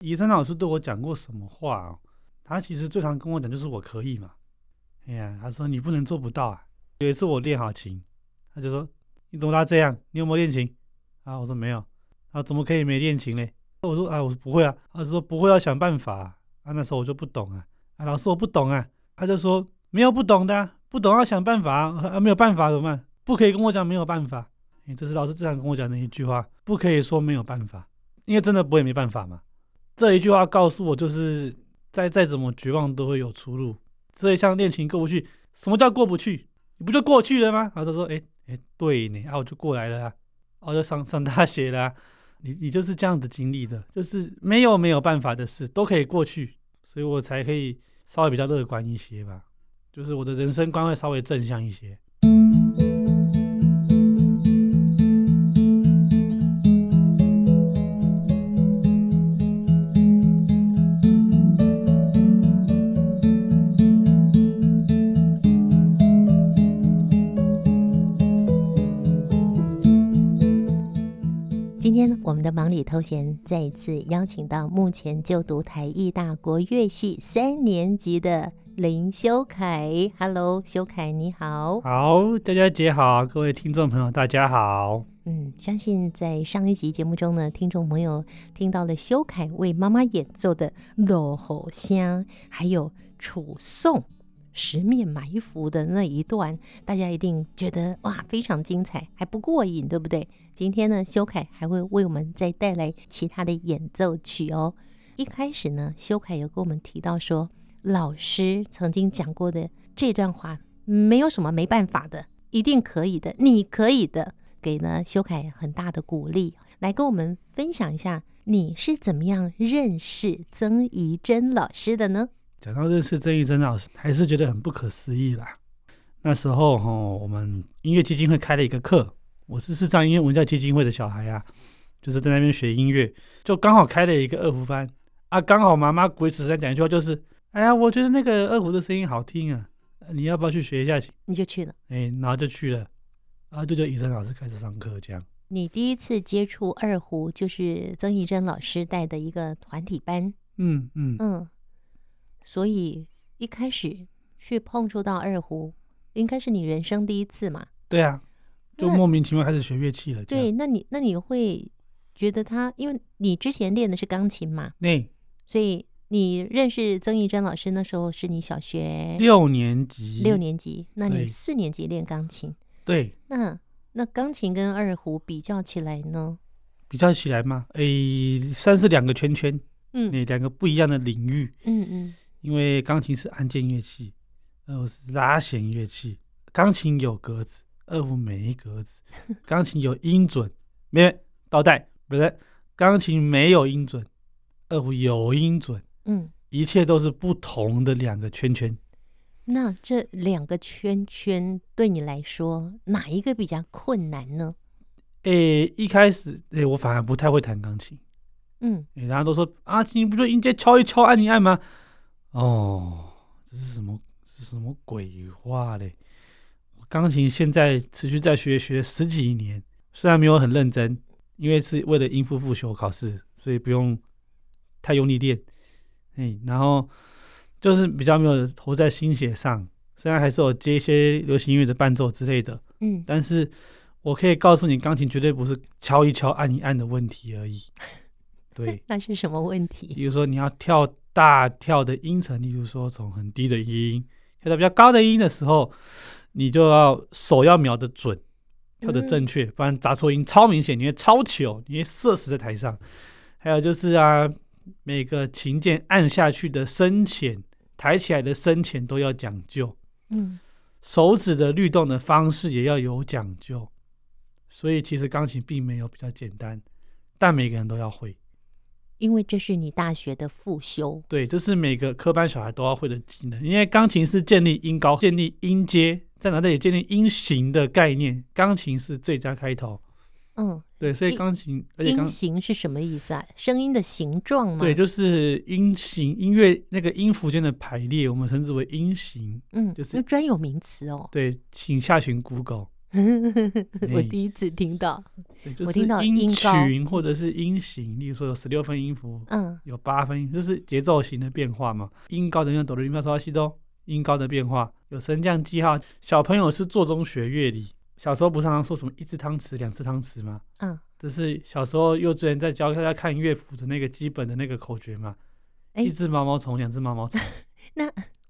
宜山老师对我讲过什么话、哦？他其实最常跟我讲就是我可以嘛。哎呀，他说你不能做不到啊。有一次我练好琴，他就说你怎么拉这样？你有没有练琴？啊，我说没有。啊，怎么可以没练琴嘞？我说啊，我不会啊。他就说不会要想办法啊。啊那时候我就不懂啊。啊，老师我不懂啊。他就说没有不懂的啊、不懂要想办法啊，啊没有办法怎么办？不可以跟我讲没有办法。哎这是老师经常跟我讲的一句话，不可以说没有办法，因为真的不会没办法嘛。这一句话告诉我，就是再再怎么绝望都会有出路。所以像恋情过不去，什么叫过不去？你不就过去了吗？然后他说，哎哎，对呢，啊我就过来了啊，啊我就上上大学了、啊，你你就是这样子经历的，就是没有没有办法的事都可以过去，所以我才可以稍微比较乐观一些吧，就是我的人生观会稍微正向一些。今天我们的忙里偷闲再一次邀请到目前就读台艺大国乐系三年级的林修凯。Hello，修凯你好。好，佳佳姐好，啊各位听众朋友大家好。嗯，相信在上一集节目中呢，听众朋友听到了修凯为妈妈演奏的《落火香》，还有楚颂。十面埋伏的那一段，大家一定觉得哇非常精彩，还不过瘾，对不对？今天呢，修凯还会为我们再带来其他的演奏曲哦。一开始呢，修凯有跟我们提到说，老师曾经讲过的这段话，没有什么没办法的，一定可以的，你可以的，给呢修凯很大的鼓励，来跟我们分享一下你是怎么样认识曾怡珍老师的呢？讲到认识郑义珍老师，还是觉得很不可思议啦。那时候哈、我们音乐基金会开了一个课，我是视障音乐文教基金会的小孩啊，就是在那边学音乐，就刚好开了一个二胡班啊，刚好妈妈鬼使三讲一句话，就是哎呀，我觉得那个二胡的声音好听啊，你要不要去学一下琴？你就去了。哎，然后就去了，啊，就叫医生老师开始上课这样。你第一次接触二胡就是曾义珍老师带的一个团体班，嗯嗯，嗯，所以一开始去碰触到二胡，应该是你人生第一次嘛？对啊，就那莫名其妙开始学乐器了。这样，对，那你那你会觉得他，因为你之前练的是钢琴嘛，那所以你认识曾义珍老师那时候是你小学六年级，六年级，那你对四年级练钢琴，对，那那钢琴跟二胡比较起来呢？比较起来嘛，诶，算是两个圈圈，嗯那两个不一样的领域。嗯嗯因为钢琴是按键乐器，二胡是拉弦乐器。钢琴有格子，二胡没格子。钢琴有音准，没倒带，不是。钢琴没有音准，二胡有音准，嗯，一切都是不同的两个圈圈。那这两个圈圈对你来说哪一个比较困难呢？诶，一开始诶，我反而不太会弹钢琴。嗯诶，大家都说啊，你不就音阶敲一敲，按一按吗？哦，这是什么？这是什么鬼话嘞？我钢琴现在持续在学，学了十几年，虽然没有很认真，因为是为了应付复修考试，所以不用太用力练。哎，然后就是比较没有投在心血上，虽然还是有接一些流行音乐的伴奏之类的，嗯，但是我可以告诉你，钢琴绝对不是敲一敲、按一按的问题而已。 对， 那是什么问题？比如说你要跳大跳的音程，例如说从很低的音跳到比较高的音的时候，你就要手要瞄得准，跳得正确，不然砸错音超明显，你会超糗，你会射死在台上。还有就是啊，每个琴键按下去的深浅、抬起来的深浅都要讲究，嗯手指的律动的方式也要有讲究。所以其实钢琴并没有比较简单，但每个人都要会。因为这是你大学的复修。对，这是每个科班小孩都要会的技能，因为钢琴是建立音高、建立音阶，在脑袋里建立音型的概念。钢琴是最佳开头，嗯，对，所以音钢琴，而且音钢型是什么意思啊？声音的形状吗？对，就是音型、音乐那个音符间的排列，我们称之为音型。嗯，就是那专有名词哦。对，请下询 Google，我 哎第一次听到，对就我是听到音音高群或者是音型，例如说有十六分音符，嗯有八分，就是节奏型的变化嘛。音高的用哆来咪发嗦拉西哆，音高的变化有升降记号。小朋友是做中学乐理，小时候不是常常说什么一只汤匙、两只汤匙吗？嗯，这是小时候幼稚园在教大家看乐谱的那个基本的那个口诀嘛。哎一只毛毛虫，两只毛毛虫，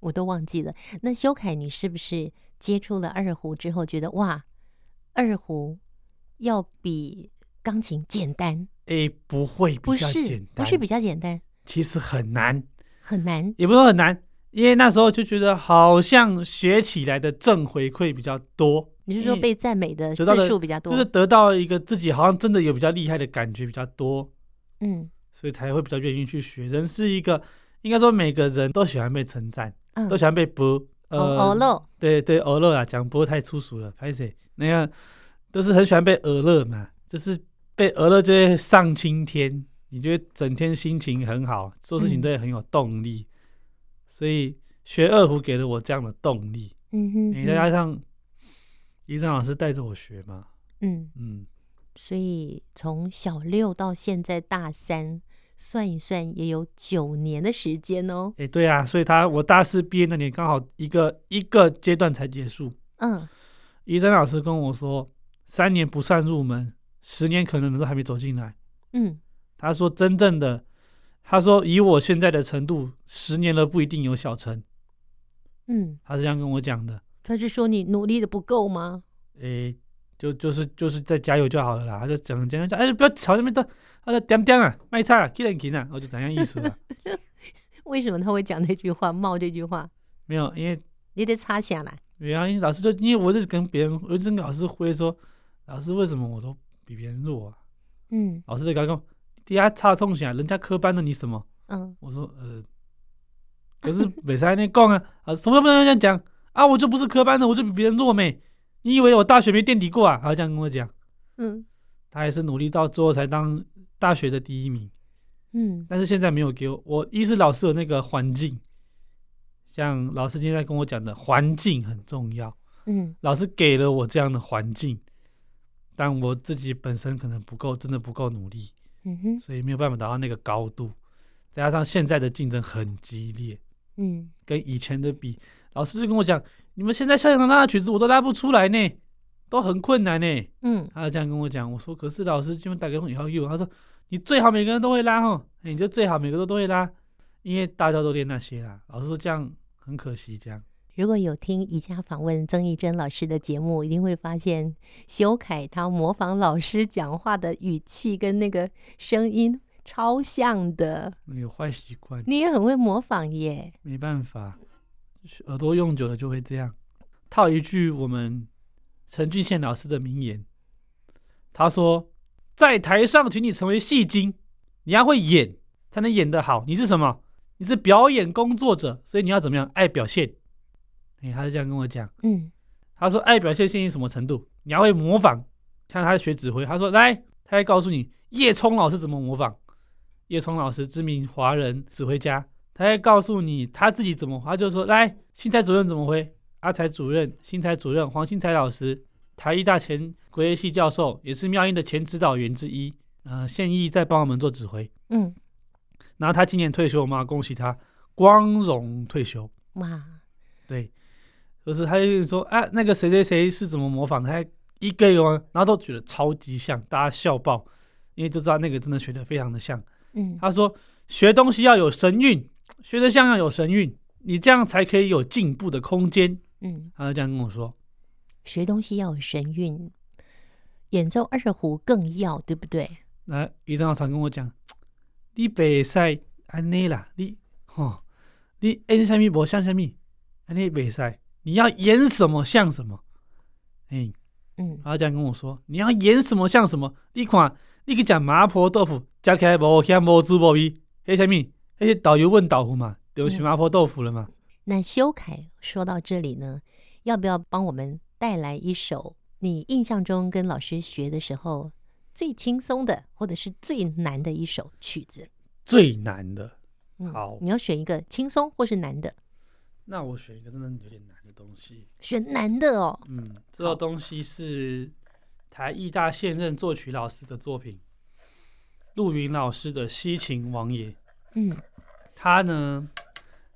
我都忘记了。那修凯，你是不是接触了二胡之后，觉得哇，二胡要比钢琴简单？哎，不会比不较简是，单，不是比较简单，其实很难，很难。也不是说很难，因为那时候就觉得好像学起来的正回馈比较多，你是说因为被赞美的得到的次数比较多？就是得到一个自己好像真的有比较厉害的感觉比较多，嗯所以才会比较愿意去学。人是一个，应该说每个人都喜欢被称赞，嗯，都喜欢被不呃，哦哦喽，对对，俄乐啊，讲不太粗俗了，拍谁那样都是很喜欢被俄乐嘛，就是被俄乐就会上青天，你就会整天心情很好，做事情嗯都会很有动力，所以学二胡给了我这样的动力，嗯哼你再哼，加上医生老师带着我学嘛，嗯，嗯，所以从小六到现在大三，算一算也有九年的时间哦。诶，对啊，所以他我大四毕业那年刚好一个一个阶段才结束，嗯，医生老师跟我说，三年不算入门，十年可能都还没走进来。嗯，他说真正的，他说以我现在的程度，十年了不一定有小成，嗯，他是这样跟我讲的。他是说你努力的不够吗？诶、就就是就是再加油就好了啦。他就讲讲讲，哎，不要吵那边的，他说点点啊，卖菜啊，给人给啊，我就怎样意思了。为什么他会讲这句话，冒这句话？没有，因为你得插下来。原来老师就因为我是跟别人，我就跟老师挥说，老师为什么我都比别人弱啊？嗯老师就跟他说，底下插痛起来，人家科班的你什么？嗯，我说呃，可是北山那讲啊，啊什么都不能这样讲啊，我就不是科班的，我就比别人弱没。你以为我大学没垫底过啊？他这样跟我讲，嗯他还是努力到最后才当大学的第一名，嗯但是现在没有给我。我一是老师有那个环境，像老师今天在跟我讲的，环境很重要。嗯老师给了我这样的环境，但我自己本身可能不够，真的不够努力，嗯哼所以没有办法达到那个高度。再加上现在的竞争很激烈，嗯，跟以前的比，老师就跟我讲，你们现在校园拉的曲子我都拉不出来呢，都很困难呢。嗯他就这样跟我讲，我说可是老师今晚打给我以后又，他说你最好每个人都会拉哦，哎你就最好每个都都会拉，因为大家都练那些啦。老师说这样很可惜，这样如果有听宜家访问曾义珍老师的节目，一定会发现修凯他模仿老师讲话的语气跟那个声音超像的。有坏习惯，你也很会模仿耶。没办法，耳朵用久了就会这样。套一句我们陈俊宪老师的名言，他说：“在台上，请你成为戏精，你要会演，才能演得好。你是什么？你是表演工作者，所以你要怎么样？爱表现。”哎，他就这样跟我讲。嗯他说：“爱表现限于什么程度？你要会模仿，像他学指挥。他说：‘来，他会告诉你叶冲老师怎么模仿。’叶冲老师，知名华人指挥家，他会告诉你他自己怎么。他就说：‘来，新才主任怎么挥？阿才主任、新才主任、黄新才老师，台艺大前国乐系教授，也是妙音的前指导员之一。呃，现役在帮我们做指挥。嗯，然后他今年退休，我们要恭喜他光荣退休。”哇，对，就是他就跟你说啊，那个谁谁谁是怎么模仿的，他一个一个模仿，然后都觉得超级像，大家笑爆，因为就知道那个真的学的非常的像。嗯他说学东西要有神韵，学得像要有神韵，你这样才可以有进步的空间。嗯，他就这样跟我说，学东西要有神韵，演奏二胡更要，对不对？那余正老常跟我讲，你袂使安尼啦，你吼、你演什么无像什么，安尼袂使，你要演什么像什么，哎、嗯他这样跟我说：“你要演什么像什么，你看，你去讲麻婆豆腐，加起来无香无滋无味，迄什么？那些导游问豆腐嘛，就是嗯麻婆豆腐了嘛。那修凯说到这里呢，要不要帮我们带来一首你印象中跟老师学的时候最轻松的，或者是最难的一首曲子？最难的，嗯好你要选一个轻松或是难的。那我选一个真的有点难的东西，选男的哦，嗯，这个东西是台艺大现任作曲老师的作品，陆云老师的《西秦王爷》。嗯，它呢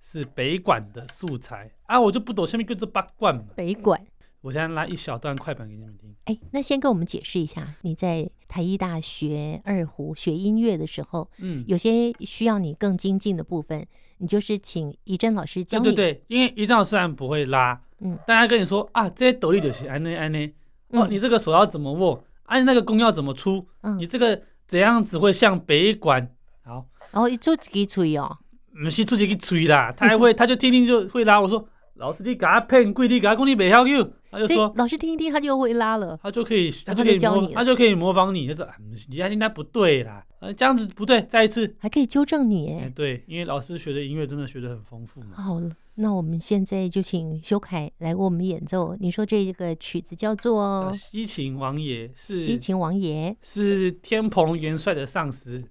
是北管的素材啊，我就不懂下面跟这八管嘛。北管。我现在拉一小段快板给你们听。哎，那先跟我们解释一下，你在台艺大学二胡学音乐的时候，嗯，有些需要你更精进的部分，你就是请怡珍老师教对你。对对，因为一丈虽然不会拉，嗯嗯，但他跟你说啊，这些斗笠的是安内安内，哦，嗯你这个手要怎么握，啊，你那个弓要怎么出，你嗯，这个怎样子会像北管？好，然后一做几吹哦，不是自己去吹啦，他还会， 他就天天就会拉。我说老师，你给他骗贵，你给他功力没晓有，他就所以说老师听一听，他就会拉了。他就可以，他然后就可以就教模你，了他就可以模仿你，就是啊不是你看应该不对啦，呃这样子不对，再一次。还可以纠正你哎，哎。哦对，因为老师学的音乐真的学的很丰富嘛。好，那我们现在就请修凯来为我们演奏。你说这个曲子叫叫做《西秦王爷西是秦王爷》，是天蓬元帅的上司，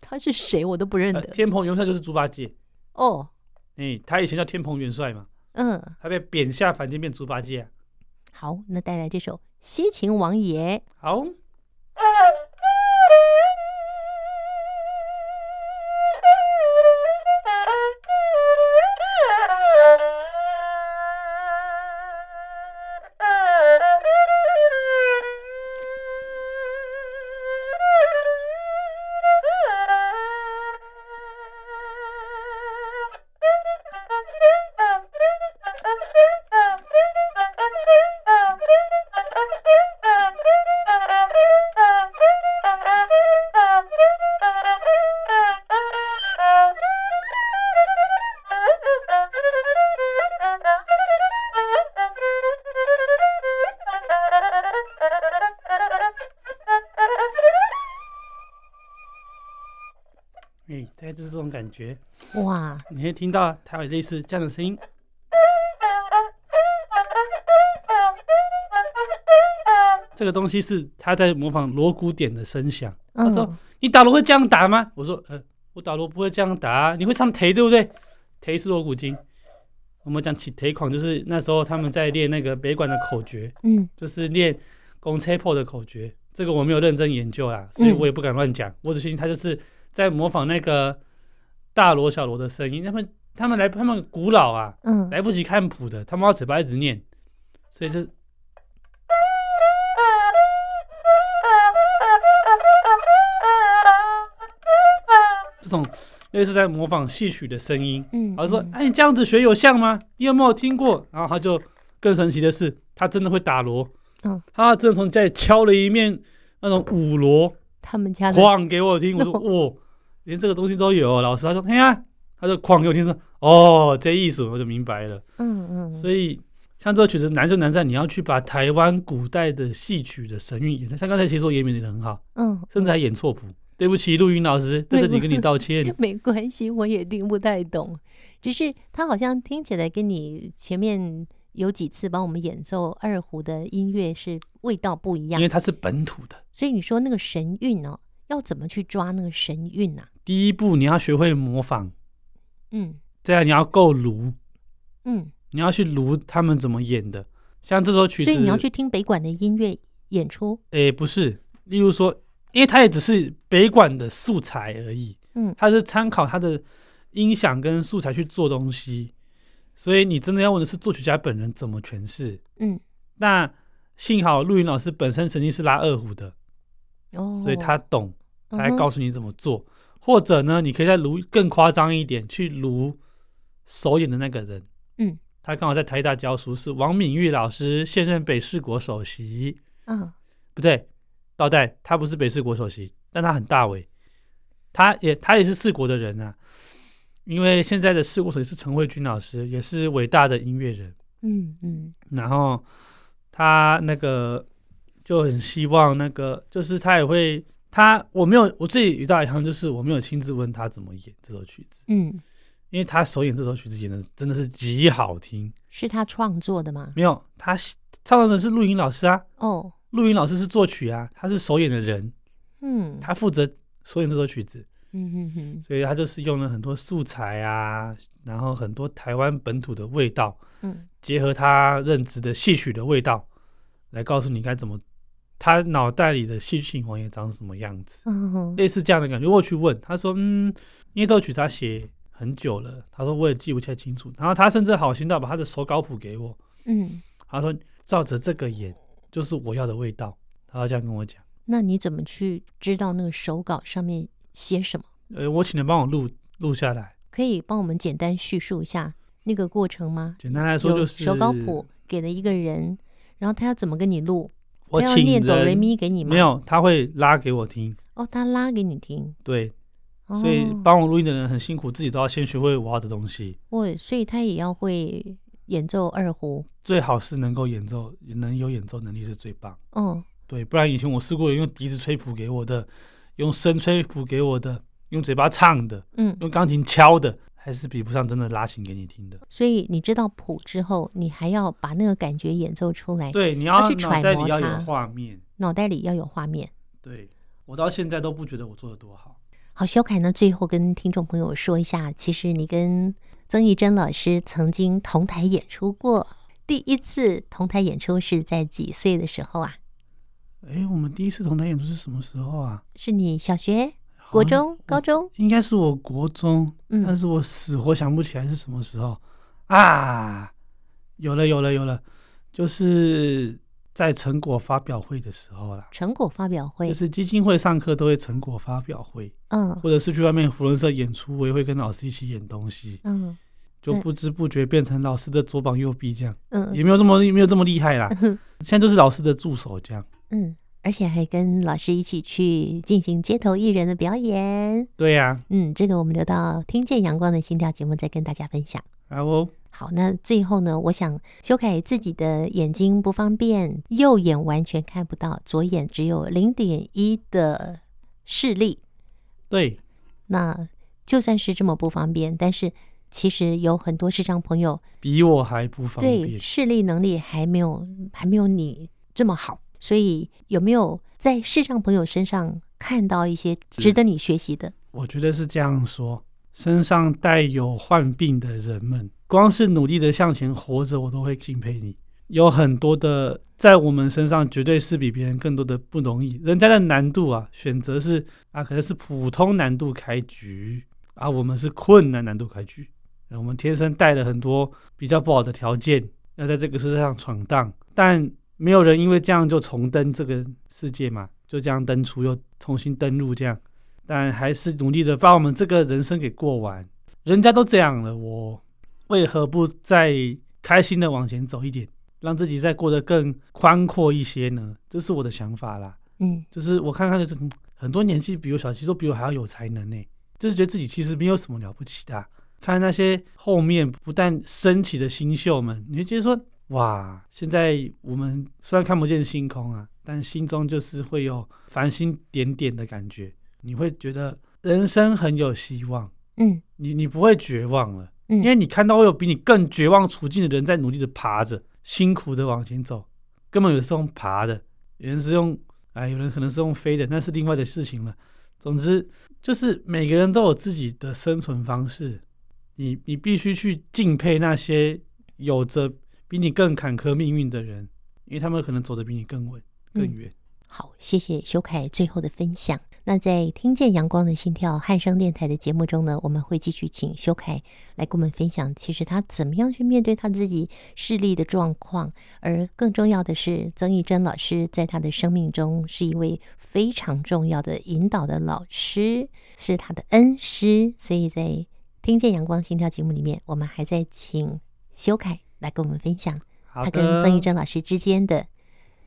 他是谁我都不认呃得。天蓬元帅就是猪八戒，哦，哎，他以前叫天蓬元帅嘛，嗯，他被贬下凡间变猪八戒啊。好，那带来这首《西秦王爷》。好，哎，大概就是这种感觉，哇，你可以听到他有类似这样的声音。这个东西是他在模仿锣鼓点的声响。他说嗯，：“你打锣会这样打吗？”我说：“呃，我打锣不会这样打、啊。你会唱忒对不对？忒是锣鼓经。我们讲起忒狂，就是那时候他们在练那个北管的口诀，嗯，就是练公车破的口诀。这个我没有认真研究啦，所以嗯我也不敢乱讲。我只信他就是在模仿那个大锣小锣的声音。他们他们来他们古老啊，嗯，来不及看谱的，他妈嘴巴一直念，所以就这种类似在模仿戏曲的声音。嗯，老师说嗯：“哎，你这样子学有像吗？你有没有听过？”然后他就更神奇的是，他真的会打锣。嗯，他真的从家里敲了一面那种五锣，他们家的哐给我 听。我说：“哇，连这个东西都有哦。”老师他说：“嘿呀、他就哐给我听说，哦，这意思我就明白了。嗯嗯，所以像这个曲子难就难在你要去把台湾古代的戏曲的神韵演出，像刚才其实我演演的很好，嗯，甚至还演错谱。对不起，陆云老 师，在这里跟你道歉。嗯没关系，我也听不太懂，只是他好像听起来跟你前面有几次帮我们演奏二胡的音乐是味道不一因样为，它是本土的。所以你说那个神韵哦，要怎么去抓那个神韵啊？第一步，你要学会模仿，嗯再来你要够炉，嗯，你要去炉他们怎么演的。像这首曲子，所以你要去听北管的音乐演出，诶，不是，例如说，因为它也只是北管的素材而已，嗯它是参考它的音响跟素材去做东西，所以你真的要问的是作曲家本人怎么诠释。嗯，那幸好陆云老师本身曾经是拉二胡的，哦，所以他懂，他来嗯哼告诉你怎么做。或者呢，你可以再撸更夸张一点，去撸首演的那个人。嗯，他刚好在台大教书，是王敏玉老师，现任北市国首席。嗯不对，倒带，他不是北市国首席，但他很大伟，他也他也是四国的人啊。因为现在的四国首席是陈慧君老师，也是伟大的音乐人。嗯嗯然后他那个就很希望那个，就是他也会他我没有我自己遇到一行，就是我没有亲自问他怎么演这首曲子，嗯，因为他首演这首曲子演的真的是极好听。是他创作的吗？没有，他唱的是陆云老师啊，哦，陆云老师是作曲啊，他是首演的人，嗯他负责首演这首曲子。嗯哼哼，所以他就是用了很多素材啊，然后很多台湾本土的味道，嗯结合他认知的戏曲的味道，来告诉你该怎么，他脑袋里的戏曲王爷长什么样子，嗯哼，类似这样的感觉。我有去问他说，嗯，因为这首曲子他写很久了，他说我也记不太清楚。然后他甚至好心到把他的手稿谱给我，嗯，他说照着这个演就是我要的味道，他要这样跟我讲。那你怎么去知道那个手稿上面写什么？呃，我请人帮我录录下来。可以帮我们简单叙述一下那个过程吗？简单来说有就是手稿谱，给了一个人，然后他要怎么跟你录？我他要请念哆来人咪给你吗？没有，他会拉给我听。哦，他拉给你听。对，哦、所以帮我录音的人很辛苦，自己都要先学会我要的东西，我，所以他也要会演奏二胡。最好是能够演奏，能有演奏能力是最棒。哦，对，不然以前我试过用笛子吹谱给我的，用声吹谱给我的，用嘴巴唱的，嗯，用钢琴敲的，还是比不上真的拉琴给你听的。所以你知道谱之后，你还要把那个感觉演奏出来，对，你哎要要去揣脑袋摩里要它有画面。脑袋里要有画面。对我到现在都不觉得我做的多好。好，肖凯呢，最后跟听众朋友说一下，其实你跟曾义珍老师曾经同台演出过，第一次同台演出是在几岁的时候啊？哎，我们第一次同台演出是什么时候啊？是你小学、好国像中、高中？应该是我国中，但嗯是我死活想不起来是什么时候啊！有了，有了，有了，就是在成果发表会的时候啦，成果发表会就，是基金会上课都会成果发表会，嗯或者是去外面福伦社演出，我也会跟老师一起演东西，嗯就不知不觉变成老师的左膀右臂这样，嗯也没有这么也没有这么厉害啦，现在就是老师的助手这样。嗯，而且还跟老师一起去进行街头艺人的表演。对呀、嗯，这个我们留到听见阳光的心跳节目再跟大家分享。然后好，那最后呢，我想修改自己的眼睛不方便，右眼完全看不到，左眼只有零点一的视力。对那就算是这么不方便，但是其实有很多视障朋友比我还不方对便，视力能力还没有还没有你这么好，所以有没有在视障朋友身上看到一些值得你学习的？我觉得是这样说：身上带有患病的人们，光是努力的向前活着，我都会敬佩你。有很多的在我们身上，绝对是比别人更多的不容易。人家的难度啊，选择是啊，可能是普通难度开局啊，我们是困难难度开局。呃我们天生带了很多比较不好的条件，要在这个世界上闯荡，但没有人因为这样就重登这个世界嘛，就这样登出又重新登入这样。但还是努力的把我们这个人生给过完。人家都这样了，我为何不再开心的往前走一点，让自己再过得更宽阔一些呢？这是我的想法啦。嗯就是我看看，就是嗯很多年纪比我小，其实都比我还要有才能呢、欸就是觉得自己其实没有什么了不起的啊、看那些后面不但升起的新秀们，你会觉得说，哇，现在我们虽然看不见星空啊，但心中就是会有繁星点点的感觉。你会觉得人生很有希望，嗯你你不会绝望了，嗯因为你看到会有比你更绝望处境的人在努力的爬着，辛苦的往前走，根本有的是用爬的，有人是用哎，有人可能是用飞的，那是另外的事情了。总之，就是每个人都有自己的生存方式，你你必须去敬佩那些有着比你更坎坷命运的人，因为他们可能走得比你更稳、更嗯远。好，谢谢修凯最后的分享。那在听见阳光的心跳汉声电台的节目中呢，我们会继续请修凯来跟我们分享，其实他怎么样去面对他自己视力的状况，而更重要的是，曾义珍老师在他的生命中是一位非常重要的引导的老师，是他的恩师。所以在听见阳光心跳节目里面，我们还在请修凯来跟我们分享好他的，跟曾义珍老师之间的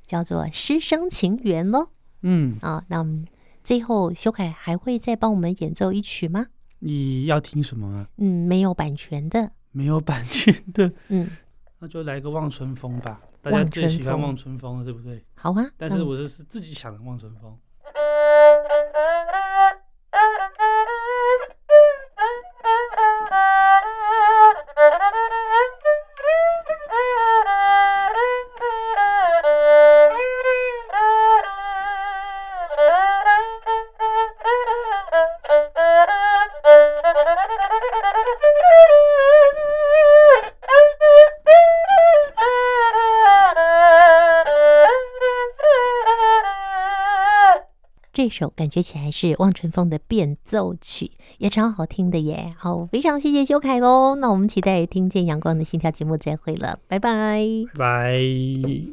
叫做师生情缘喽。嗯，啊，那我们最后修凯还会再帮我们演奏一曲吗？你要听什么啊？嗯，没有版权的。没有版权的，嗯，那就来个望春风吧。大家望最春喜欢风望春风了，对不对？好啊。但那是我是是自己想的望春风。 Thank you. 这首感觉起来是望春风的变奏曲，也超好听的耶。好，非常谢谢修凯喽。那我们期待听见阳光的心跳节目再会了，拜拜。拜拜。